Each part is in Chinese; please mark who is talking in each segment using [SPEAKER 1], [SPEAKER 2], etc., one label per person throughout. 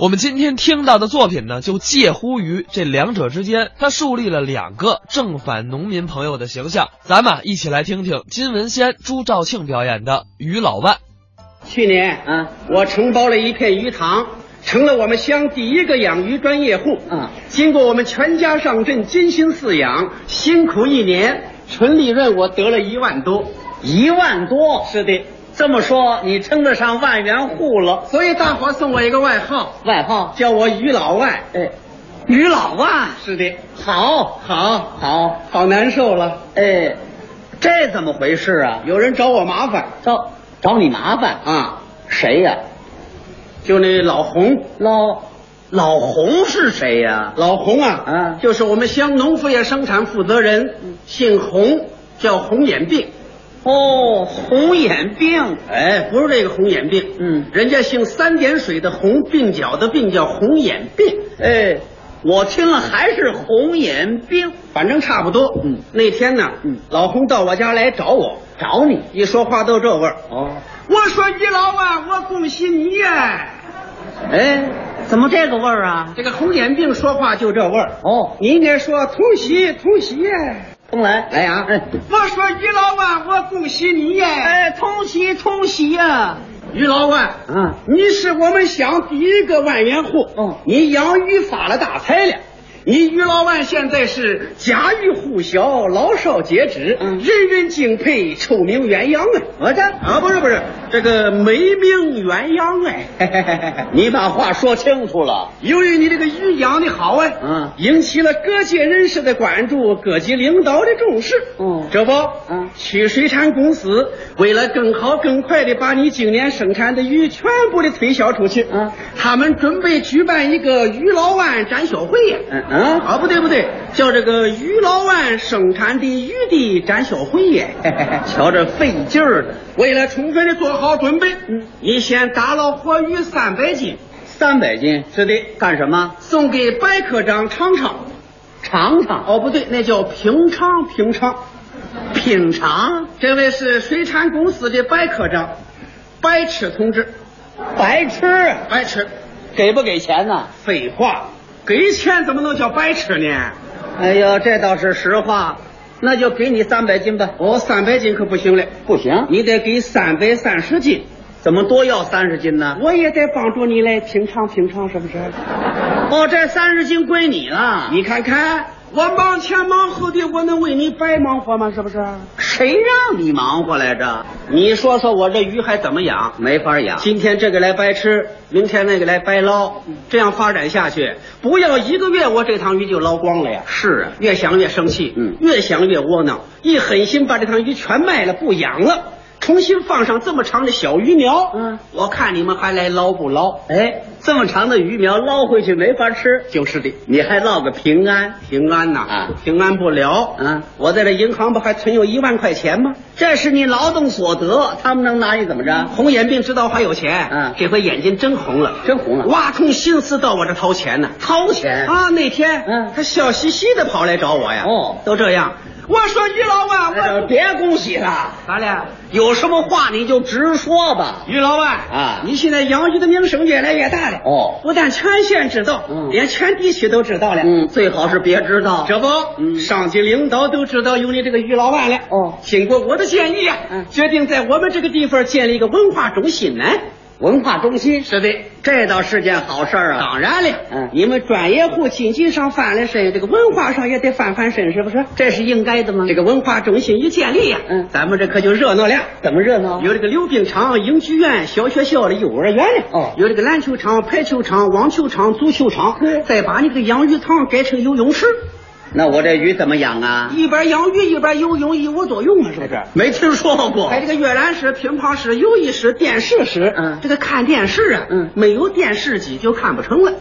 [SPEAKER 1] 我们今天听到的作品呢，就介乎于这两者之间。它树立了两个正反农民朋友的形象。咱们啊一起来听听金文先、朱兆庆表演的《于老万》。
[SPEAKER 2] 去年
[SPEAKER 3] 啊，
[SPEAKER 2] 我承包了一片鱼塘，成了我们乡第一个养鱼专业户。
[SPEAKER 3] 啊，
[SPEAKER 2] 经过我们全家上阵，精心饲养，辛苦一年，纯利润我得了一万多。
[SPEAKER 3] 一万多。
[SPEAKER 2] 是的，
[SPEAKER 3] 这么说，你称得上万元户了？
[SPEAKER 2] 所以大伙儿送我一个外号，
[SPEAKER 3] 外号？
[SPEAKER 2] 叫我于老外。
[SPEAKER 3] 哎，于老万。
[SPEAKER 2] 是的，
[SPEAKER 3] 好，
[SPEAKER 2] 好，
[SPEAKER 3] 好，
[SPEAKER 2] 好难受了，
[SPEAKER 3] 哎，这怎么回事啊？
[SPEAKER 2] 有人找我麻烦
[SPEAKER 3] 找找你麻烦？
[SPEAKER 2] 啊，
[SPEAKER 3] 谁呀、
[SPEAKER 2] 就那老洪。
[SPEAKER 3] 老老洪是谁呀、
[SPEAKER 2] 老洪啊，
[SPEAKER 3] 啊
[SPEAKER 2] 就是我们乡农副业生产负责
[SPEAKER 3] 嗯
[SPEAKER 2] 人，姓洪，叫红眼病。
[SPEAKER 3] 哦，红眼病。
[SPEAKER 2] 哎，不是这个红眼病，
[SPEAKER 3] 嗯
[SPEAKER 2] 人家姓三点水的红，鬓角的鬓叫红眼病，
[SPEAKER 3] 哎，我听了还是红眼病。
[SPEAKER 2] 反正差不多。
[SPEAKER 3] 嗯
[SPEAKER 2] 那天呢，
[SPEAKER 3] 嗯
[SPEAKER 2] 老红到我家来找我，
[SPEAKER 3] 找你。
[SPEAKER 2] 一说话都这味儿。
[SPEAKER 3] 哦，
[SPEAKER 2] 我说于老啊，我恭喜你呀！
[SPEAKER 3] 哎，怎么这个味儿啊？
[SPEAKER 2] 这个红眼病说话就这味儿。
[SPEAKER 3] 哦，
[SPEAKER 2] 你应该说同喜同喜呀！
[SPEAKER 3] 东来，
[SPEAKER 2] 来呀、
[SPEAKER 3] 哎
[SPEAKER 2] 我说于老啊，我恭喜你呀！
[SPEAKER 3] 哎，通喜通喜呀、
[SPEAKER 2] 于老啊，
[SPEAKER 3] 嗯
[SPEAKER 2] 你是我们乡第一个万元户，
[SPEAKER 3] 嗯
[SPEAKER 2] 你养鱼发了大财了。你于老万现在是家喻户晓，老少皆知，
[SPEAKER 3] 嗯
[SPEAKER 2] 人人敬佩，臭名远扬啊！我这啊，不是不是，这个美名远扬哎。
[SPEAKER 3] 你把话说清楚了。
[SPEAKER 2] 由于你这个鱼养的好哎，
[SPEAKER 3] 嗯
[SPEAKER 2] 引起了各界人士的关注，各级领导的重视。
[SPEAKER 3] 嗯
[SPEAKER 2] 这不，
[SPEAKER 3] 嗯
[SPEAKER 2] 曲水产公司为了更好更快的把你今年生产的鱼全部的推销出去，
[SPEAKER 3] 嗯
[SPEAKER 2] 他们准备举办一个鱼老湾展销会呀。
[SPEAKER 3] 嗯嗯
[SPEAKER 2] 啊，不对不对，叫这个鱼老湾生产的鱼的展销会耶。
[SPEAKER 3] 瞧这费劲儿的，
[SPEAKER 2] 为了充分的做好准备，
[SPEAKER 3] 嗯，
[SPEAKER 2] 你先打捞活鱼三百斤，
[SPEAKER 3] 三百斤
[SPEAKER 2] 是的，
[SPEAKER 3] 干什么？
[SPEAKER 2] 送给白科长尝尝。
[SPEAKER 3] 尝尝
[SPEAKER 2] 哦，不对，那叫平昌，平昌。
[SPEAKER 3] 品尝。
[SPEAKER 2] 这位是水产公司的白科长，白痴同志，
[SPEAKER 3] 白痴，啊
[SPEAKER 2] 白痴。
[SPEAKER 3] 给不给钱呢？
[SPEAKER 2] 废话，给钱怎么能叫白痴呢？
[SPEAKER 3] 哎呦，这倒是实话。那就给你三百斤吧。
[SPEAKER 2] 哦，三百斤可不行了，
[SPEAKER 3] 不行，
[SPEAKER 2] 你得给三百三十斤。
[SPEAKER 3] 怎么多要三十斤呢？
[SPEAKER 2] 我也得帮助你来平常平常，是不是？
[SPEAKER 3] 哦，这三十斤归你了。
[SPEAKER 2] 你看看，我忙前忙后的，我能为你白忙活吗？是不是？
[SPEAKER 3] 谁让你忙活来着？
[SPEAKER 2] 你说说我这鱼还怎么养？
[SPEAKER 3] 没法养。
[SPEAKER 2] 今天这个来白吃，明天那个来白捞，这样发展下去，不要一个月，我这塘鱼就捞光了呀。
[SPEAKER 3] 是啊，
[SPEAKER 2] 越想越生气，
[SPEAKER 3] 嗯
[SPEAKER 2] 越想越窝囊，一狠心把这塘鱼全卖了，不养了，重新放上这么长的小鱼苗，
[SPEAKER 3] 嗯，
[SPEAKER 2] 我看你们还来捞不捞？
[SPEAKER 3] 哎，这么长的鱼苗捞回去没法吃，
[SPEAKER 2] 就是的，
[SPEAKER 3] 你还落个平安。
[SPEAKER 2] 平安呐、
[SPEAKER 3] 啊
[SPEAKER 2] 平安不了，
[SPEAKER 3] 嗯
[SPEAKER 2] 我在这银行不还存有一万块钱吗？
[SPEAKER 3] 这是你劳动所得，他们能拿你怎么着？
[SPEAKER 2] 红眼病知道我还有钱，
[SPEAKER 3] 嗯
[SPEAKER 2] 这回眼睛真红了，
[SPEAKER 3] 真红了
[SPEAKER 2] 挖空心思到我这掏钱呢、
[SPEAKER 3] 掏钱
[SPEAKER 2] 啊，那天，
[SPEAKER 3] 嗯
[SPEAKER 2] 他笑嘻嘻的跑来找我呀。
[SPEAKER 3] 哦哎
[SPEAKER 2] 都这样。我说于老板，我
[SPEAKER 3] 别恭喜了，
[SPEAKER 2] 咋了？
[SPEAKER 3] 有什么话你就直说吧。
[SPEAKER 2] 于老板
[SPEAKER 3] 啊
[SPEAKER 2] 你现在养鱼的名声越来越大了。
[SPEAKER 3] 哦
[SPEAKER 2] 不但全县知道，
[SPEAKER 3] 嗯
[SPEAKER 2] 连全地区都知道了。
[SPEAKER 3] 嗯，最好是别知道。
[SPEAKER 2] 这不，
[SPEAKER 3] 嗯
[SPEAKER 2] 上级领导都知道有你这个于老板了。
[SPEAKER 3] 哦
[SPEAKER 2] 经过我的建议啊，
[SPEAKER 3] 嗯
[SPEAKER 2] 决定在我们这个地方建立一个文化中心呢。
[SPEAKER 3] 文化中心，
[SPEAKER 2] 是的，
[SPEAKER 3] 这倒是件好事儿啊。
[SPEAKER 2] 当然了，
[SPEAKER 3] 嗯
[SPEAKER 2] 你们专业户经济上翻了身，这个文化上也得翻翻身，是不是？
[SPEAKER 3] 这是应该的吗
[SPEAKER 2] 这个文化中心一建立呀、
[SPEAKER 3] 嗯
[SPEAKER 2] 咱们这可就热闹了。
[SPEAKER 3] 怎么热闹？
[SPEAKER 2] 有这个溜冰场、影剧院、小学校的幼儿园了，
[SPEAKER 3] 哦
[SPEAKER 2] 有这个篮球场、排球场、网球场、足球场，
[SPEAKER 3] 嗯
[SPEAKER 2] 再把你这个养鱼塘改成游泳池，
[SPEAKER 3] 那我这鱼怎么养啊？
[SPEAKER 2] 一边养鱼一边游泳，一屋多用啊，是不是？哎
[SPEAKER 3] 没听说过
[SPEAKER 2] 还有这个阅览室、乒乓室、游艺室、电视室，
[SPEAKER 3] 嗯
[SPEAKER 2] 这个看电视啊，
[SPEAKER 3] 嗯
[SPEAKER 2] 没有电视机就看不成了，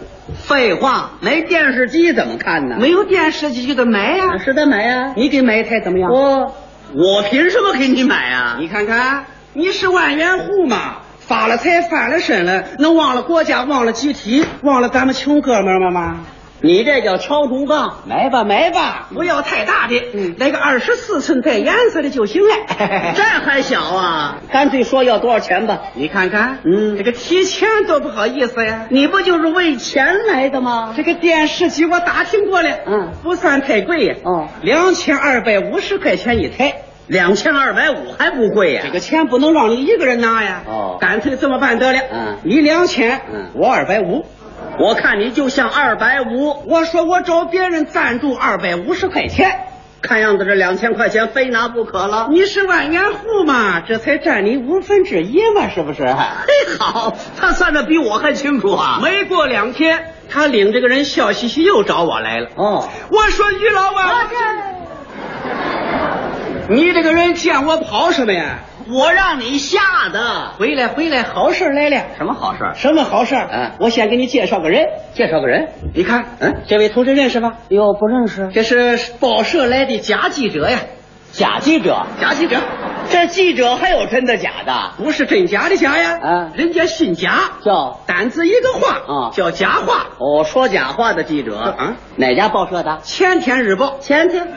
[SPEAKER 3] 废话，没电视机怎么看呢？啊
[SPEAKER 2] 没有电视机就得啊买呀、
[SPEAKER 3] 是得买呀。
[SPEAKER 2] 你给买一台怎么样？
[SPEAKER 3] 我我凭什么给你买啊？
[SPEAKER 2] 你看看，你是万元户嘛，发了财翻了身了，能忘了国家，忘了集体，忘了咱们穷哥们儿们吗？你这叫敲竹杠，
[SPEAKER 3] 买吧买吧，
[SPEAKER 2] 不要太大的，
[SPEAKER 3] 嗯
[SPEAKER 2] 来个二十四寸带颜色的就 行 了。
[SPEAKER 3] 这还小啊？干脆说要多少钱吧。
[SPEAKER 2] 你看看，
[SPEAKER 3] 嗯
[SPEAKER 2] 这个提钱多不好意思呀。
[SPEAKER 3] 你不就是为钱来的吗？
[SPEAKER 2] 这个电视机我打听过了，
[SPEAKER 3] 嗯
[SPEAKER 2] 不算太贵呀，
[SPEAKER 3] 哦
[SPEAKER 2] 两千二百五十块钱一台，
[SPEAKER 3] 两千二百五还不贵呀、
[SPEAKER 2] 这个钱不能让你一个人拿呀，
[SPEAKER 3] 哦
[SPEAKER 2] 干脆这么办得了，
[SPEAKER 3] 嗯
[SPEAKER 2] 你两千，
[SPEAKER 3] 嗯
[SPEAKER 2] 我二百五，
[SPEAKER 3] 我看你就像二百五，
[SPEAKER 2] 我说我找别人赞助二百五十块钱，
[SPEAKER 3] 看样子这两千块钱非拿不可了。
[SPEAKER 2] 你是万元户嘛，这才占你五分之一嘛，是不是？
[SPEAKER 3] 嘿，好，他算的比我还清楚啊。
[SPEAKER 2] 没过两天，他领这个人笑嘻嘻又找我来了，
[SPEAKER 3] 哦，
[SPEAKER 2] 我说于老板，你这个人见我跑什么呀？
[SPEAKER 3] 我让你吓的。
[SPEAKER 2] 回来回来，好事儿来了。
[SPEAKER 3] 什么好事？
[SPEAKER 2] 什么好事儿？
[SPEAKER 3] 嗯
[SPEAKER 2] 我先给你介绍个人，
[SPEAKER 3] 介绍个人？
[SPEAKER 2] 你看，
[SPEAKER 3] 嗯，
[SPEAKER 2] 这位同志认识吗？
[SPEAKER 3] 哟，不认识。
[SPEAKER 2] 这是报社来的假记者呀，
[SPEAKER 3] 假记者，
[SPEAKER 2] 假记者
[SPEAKER 3] 这记者还有真的假的？
[SPEAKER 2] 不是真假的假呀，
[SPEAKER 3] 嗯
[SPEAKER 2] 人家姓贾，
[SPEAKER 3] 叫
[SPEAKER 2] 单字一个话，
[SPEAKER 3] 啊
[SPEAKER 2] 叫假话。
[SPEAKER 3] 哦，说假话的记者
[SPEAKER 2] 啊？
[SPEAKER 3] 哪家报社的？
[SPEAKER 2] 前天日报
[SPEAKER 3] 前天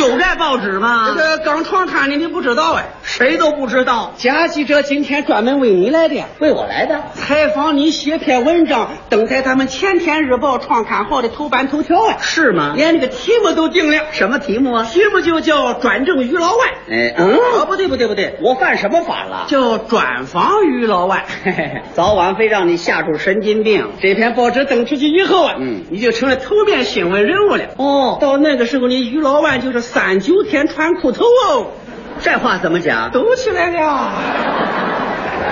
[SPEAKER 3] 有这报纸
[SPEAKER 2] 这
[SPEAKER 3] 吗？
[SPEAKER 2] 个刚创刊的你不知道哎，
[SPEAKER 3] 谁都不知道，
[SPEAKER 2] 假记者今天专门为你来的呀。
[SPEAKER 3] 为我来的。
[SPEAKER 2] 采访你写篇文章，登在咱们前天日报创刊号的头版头条哎，
[SPEAKER 3] 是吗？
[SPEAKER 2] 连那个题目都定了，
[SPEAKER 3] 什么题目啊？
[SPEAKER 2] 题目就叫“转正于老外”。
[SPEAKER 3] 哎，
[SPEAKER 2] 嗯
[SPEAKER 3] 啊，不对不对不对，我犯什么法了？
[SPEAKER 2] 叫转防于老 外。
[SPEAKER 3] 早晚非让你吓出神经病。
[SPEAKER 2] 这篇报纸登出去以后啊，
[SPEAKER 3] 嗯
[SPEAKER 2] 你就成了头面新闻人物了。
[SPEAKER 3] 哦，
[SPEAKER 2] 到那个时候，你于老外就是三九天穿裤头哦，
[SPEAKER 3] 这话怎么讲？
[SPEAKER 2] 抖起来了，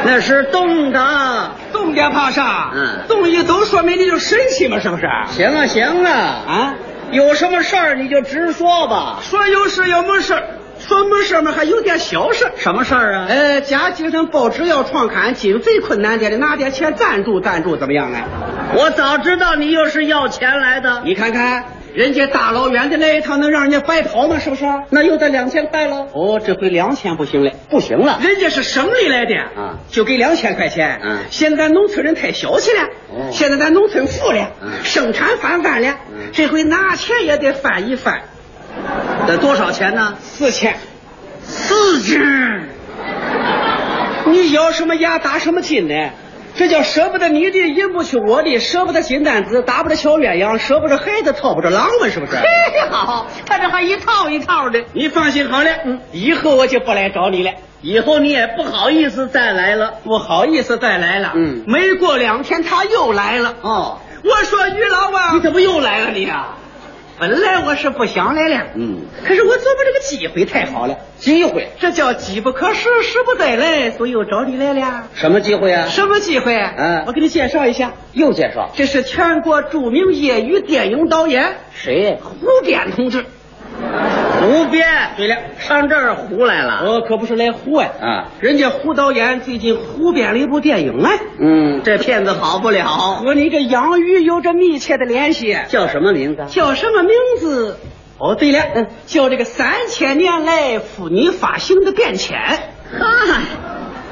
[SPEAKER 3] 那是动的。
[SPEAKER 2] 动点怕啥？
[SPEAKER 3] 嗯
[SPEAKER 2] 动一抖，说明你就神气嘛，是不是？
[SPEAKER 3] 行了行了，
[SPEAKER 2] 啊，
[SPEAKER 3] 有什么事儿你就直说吧。
[SPEAKER 2] 说有事也没事儿说没事儿嘛还有点小事儿。
[SPEAKER 3] 什么事儿啊？
[SPEAKER 2] 呃，家今天报纸要创刊，经费困难点的拿点钱赞助赞助，怎么样啊？
[SPEAKER 3] 我早知道你又是要钱来的，
[SPEAKER 2] 你看看，人家大老远的来一趟，能让人家白跑吗？是不是？
[SPEAKER 3] 那又得两千块了。
[SPEAKER 2] 哦，这回两千不行了，
[SPEAKER 3] 不行了，
[SPEAKER 2] 人家是省里来的，
[SPEAKER 3] 嗯
[SPEAKER 2] 就给两千块钱。
[SPEAKER 3] 嗯
[SPEAKER 2] 现在咱农村人太小气了，
[SPEAKER 3] 哦
[SPEAKER 2] 现在咱农村富了，
[SPEAKER 3] 嗯
[SPEAKER 2] 生产翻番了，
[SPEAKER 3] 嗯
[SPEAKER 2] 这回拿钱也得翻一翻，
[SPEAKER 3] 得多少钱呢？
[SPEAKER 2] 四千。
[SPEAKER 3] 四只。
[SPEAKER 2] 你咬什么牙打什么筋呢？这叫舍不得你的，引不去我的；舍不得金蛋子，打不着小鸳鸯；舍不着孩子，套不着狼嘛，是不是？
[SPEAKER 3] 嘿，好，他这还一套一套的，
[SPEAKER 2] 你放心好了，嗯，以后我就不来找你了。
[SPEAKER 3] 以后你也不好意思再来了。
[SPEAKER 2] 不好意思再来了。
[SPEAKER 3] 嗯
[SPEAKER 2] 没过两天他又来了。
[SPEAKER 3] 哦，
[SPEAKER 2] 我说于老啊，
[SPEAKER 3] 你怎
[SPEAKER 2] 么又来了你啊？本来我是不想来了，
[SPEAKER 3] 嗯，
[SPEAKER 2] 可是我琢磨这个机会太好了，
[SPEAKER 3] 机会
[SPEAKER 2] 这叫机不可失，失不再来，所以又找你来了。
[SPEAKER 3] 什么机会啊？
[SPEAKER 2] 什么机会？
[SPEAKER 3] 嗯
[SPEAKER 2] 我给你介绍一下，
[SPEAKER 3] 又介绍
[SPEAKER 2] 这是全国著名业余电影导演
[SPEAKER 3] 谁？
[SPEAKER 2] 胡编同志。
[SPEAKER 3] 胡编。
[SPEAKER 2] 对了，
[SPEAKER 3] 上这儿胡来了。
[SPEAKER 2] 我可不是来胡哎，
[SPEAKER 3] 啊，
[SPEAKER 2] 人家胡导演最近胡编了一部电影哎。
[SPEAKER 3] 嗯，这骗子好不了。
[SPEAKER 2] 和你这养鱼有着密切的联系。
[SPEAKER 3] 叫什么名字？
[SPEAKER 2] 叫什么名字？哦，对了，嗯，叫这个三千年来妇女发型的变迁。
[SPEAKER 3] 嗨，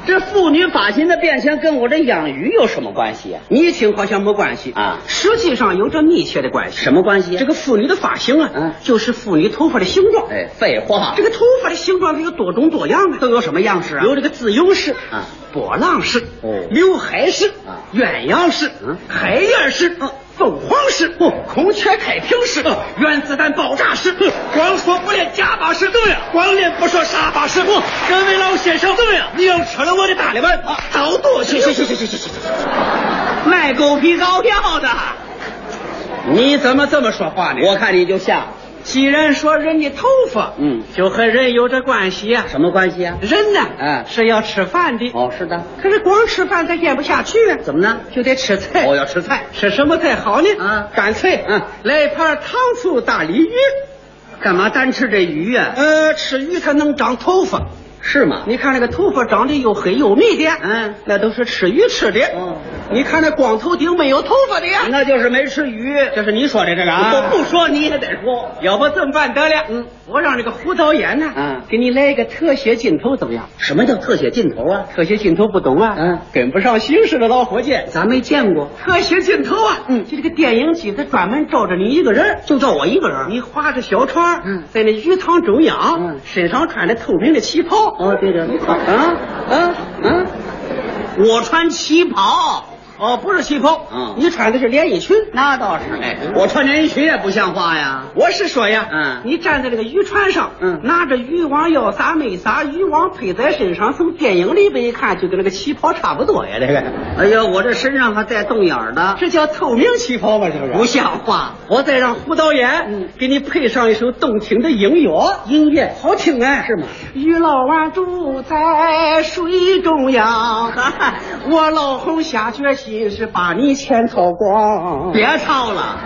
[SPEAKER 3] 这妇女发型的变迁跟我这养鱼有什么关系啊？
[SPEAKER 2] 你一听好像没关系
[SPEAKER 3] 啊
[SPEAKER 2] 实际上有着密切的关系。
[SPEAKER 3] 什么关系啊
[SPEAKER 2] 这个妇女的发型啊，
[SPEAKER 3] 嗯
[SPEAKER 2] 就是妇女头发的形状。
[SPEAKER 3] 哎，废话
[SPEAKER 2] 这。个头发的形状它有多种多样啊，都有什么样式
[SPEAKER 3] 啊
[SPEAKER 2] 有这个自由式
[SPEAKER 3] 啊，
[SPEAKER 2] 波浪式，
[SPEAKER 3] 哦
[SPEAKER 2] 刘海式
[SPEAKER 3] 啊
[SPEAKER 2] 鸳鸯式
[SPEAKER 3] 嗯，
[SPEAKER 2] 海燕式，凤凰式，哦，孔雀开屏式，
[SPEAKER 3] 哦
[SPEAKER 2] 原子弹爆炸式，
[SPEAKER 3] 嗯
[SPEAKER 2] 光说不练假巴式，对呀，光练不说沙巴式，哦，这位老先生，对呀，你要吃了我的大力丸，倒肚去，
[SPEAKER 3] 啊行行行行行行行，
[SPEAKER 2] 卖狗皮膏药的，你怎么这么说话呢？
[SPEAKER 3] 我看你就像
[SPEAKER 2] 既然说人家头发，
[SPEAKER 3] 嗯
[SPEAKER 2] 就和人有着关系呀、
[SPEAKER 3] 什么关系啊？
[SPEAKER 2] 人呢，
[SPEAKER 3] 嗯
[SPEAKER 2] 是要吃饭的。
[SPEAKER 3] 哦，是的。
[SPEAKER 2] 可是光吃饭他咽不下去啊，
[SPEAKER 3] 怎么呢？
[SPEAKER 2] 就得吃菜。
[SPEAKER 3] 哦要吃菜
[SPEAKER 2] 吃什么菜好呢？
[SPEAKER 3] 啊
[SPEAKER 2] 干脆，
[SPEAKER 3] 嗯
[SPEAKER 2] 来一盘糖醋大鲤鱼。
[SPEAKER 3] 干嘛单吃这鱼啊？
[SPEAKER 2] 呃，吃鱼它能长头发，
[SPEAKER 3] 是吗？
[SPEAKER 2] 你看那个头发长得又黑又密的，
[SPEAKER 3] 嗯，
[SPEAKER 2] 那都是吃鱼吃的。
[SPEAKER 3] 哦，
[SPEAKER 2] 你看那光头顶没有头发的呀？
[SPEAKER 3] 那就是没吃鱼。
[SPEAKER 2] 这是你说的这个
[SPEAKER 3] 我
[SPEAKER 2] 啊？
[SPEAKER 3] 不说你也得说，
[SPEAKER 2] 要不这么办得了？
[SPEAKER 3] 嗯，
[SPEAKER 2] 我让那个胡导演呢，
[SPEAKER 3] 嗯
[SPEAKER 2] 给你来一个特写镜头，怎么样？
[SPEAKER 3] 什么叫特写镜头啊？
[SPEAKER 2] 特写镜头不懂啊？
[SPEAKER 3] 嗯
[SPEAKER 2] 跟不上形势的老伙计。
[SPEAKER 3] 咱没见过，
[SPEAKER 2] 特写镜头啊，
[SPEAKER 3] 嗯
[SPEAKER 2] 就这个电影机，它专门照着你一个人，
[SPEAKER 3] 就照我一个人。
[SPEAKER 2] 你划着小船，
[SPEAKER 3] 嗯
[SPEAKER 2] 在那鱼塘中央，
[SPEAKER 3] 嗯
[SPEAKER 2] 身上穿着透明的旗袍，
[SPEAKER 3] 哦，对
[SPEAKER 2] 嗯
[SPEAKER 3] 的，啊啊啊！
[SPEAKER 2] 我穿旗袍，哦，不是旗袍，
[SPEAKER 3] 嗯
[SPEAKER 2] 你穿的是连衣裙，
[SPEAKER 3] 那倒是，哎，
[SPEAKER 2] 我
[SPEAKER 3] 我穿连衣裙也不像话呀。
[SPEAKER 2] 我是说呀，
[SPEAKER 3] 啊嗯
[SPEAKER 2] 你站在这个渔船上，
[SPEAKER 3] 嗯
[SPEAKER 2] 拿着渔网要撒没撒，渔网配在身上，从电影里边一看就跟那个旗袍差不多呀，这个
[SPEAKER 3] 哎呀，我这身上还带洞眼儿的，
[SPEAKER 2] 这叫透明旗袍吧，是不是？
[SPEAKER 3] 不像话。
[SPEAKER 2] 我再让胡导演
[SPEAKER 3] 嗯
[SPEAKER 2] 给你配上一首动听的音乐，音乐好听哎，
[SPEAKER 3] 是吗？
[SPEAKER 2] 于老湾住在水中央，我老红下决心是把你钱掏光。
[SPEAKER 3] 别唱了，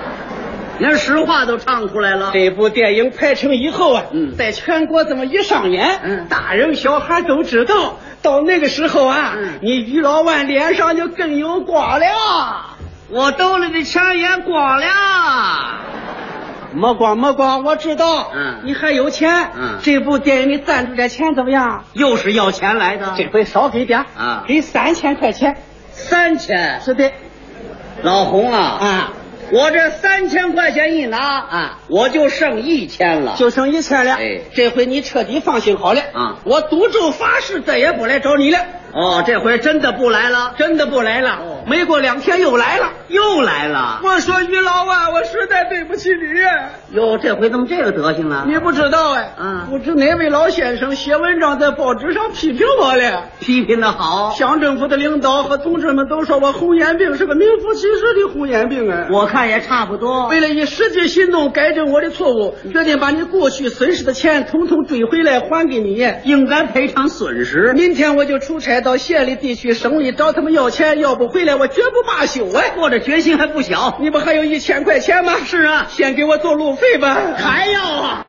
[SPEAKER 3] 连实话都唱出来了。
[SPEAKER 2] 这部电影拍成以后啊，
[SPEAKER 3] 嗯
[SPEAKER 2] 在全国这么一上演，
[SPEAKER 3] 嗯
[SPEAKER 2] 大人小孩都知道。到那个时候啊，
[SPEAKER 3] 嗯
[SPEAKER 2] 你于老万脸上就更有光了。
[SPEAKER 3] 我兜里的钱也光了。
[SPEAKER 2] 没光没光，我知道，
[SPEAKER 3] 嗯
[SPEAKER 2] 你还有钱，
[SPEAKER 3] 嗯
[SPEAKER 2] 这部电影你赞助点钱怎么样？
[SPEAKER 3] 又是要钱来的，
[SPEAKER 2] 这回少给点
[SPEAKER 3] 啊
[SPEAKER 2] 给三千块钱。
[SPEAKER 3] 三千。
[SPEAKER 2] 是的，
[SPEAKER 3] 老红啊，
[SPEAKER 2] 啊，
[SPEAKER 3] 我这三千块钱一拿
[SPEAKER 2] 啊，
[SPEAKER 3] 我就剩一千了。
[SPEAKER 2] 就剩一千了。
[SPEAKER 3] 哎
[SPEAKER 2] 这回你彻底放心好了
[SPEAKER 3] 啊
[SPEAKER 2] 我赌咒发誓再也不来找你了。
[SPEAKER 3] 哦，这回真的不来了，
[SPEAKER 2] 真的不来了，
[SPEAKER 3] 哦
[SPEAKER 2] 没过两天又来了。
[SPEAKER 3] 又来了。
[SPEAKER 2] 我说于老啊，我实在对不起你呀、
[SPEAKER 3] 哟，这回怎么这个德行啊？
[SPEAKER 2] 你不知道哎，
[SPEAKER 3] 嗯
[SPEAKER 2] 不知哪位老先生写文章在报纸上批评我了。
[SPEAKER 3] 批评的好，
[SPEAKER 2] 乡政府的领导和同志们都说我红眼病是个名副其实的红眼病啊。
[SPEAKER 3] 我看也差不多
[SPEAKER 2] 为。了以实际行动改正我的错误，决定把你过去损失的钱统统追回来还给你。
[SPEAKER 3] 应该赔偿损失。
[SPEAKER 2] 明天我就出差到县里地区、省里找他们要钱，要不回来我绝不罢休哎！
[SPEAKER 3] 我这决心还不小。
[SPEAKER 2] 你不还有一千块钱吗？
[SPEAKER 3] 是啊，
[SPEAKER 2] 先给我做路费吧。
[SPEAKER 3] 还要啊。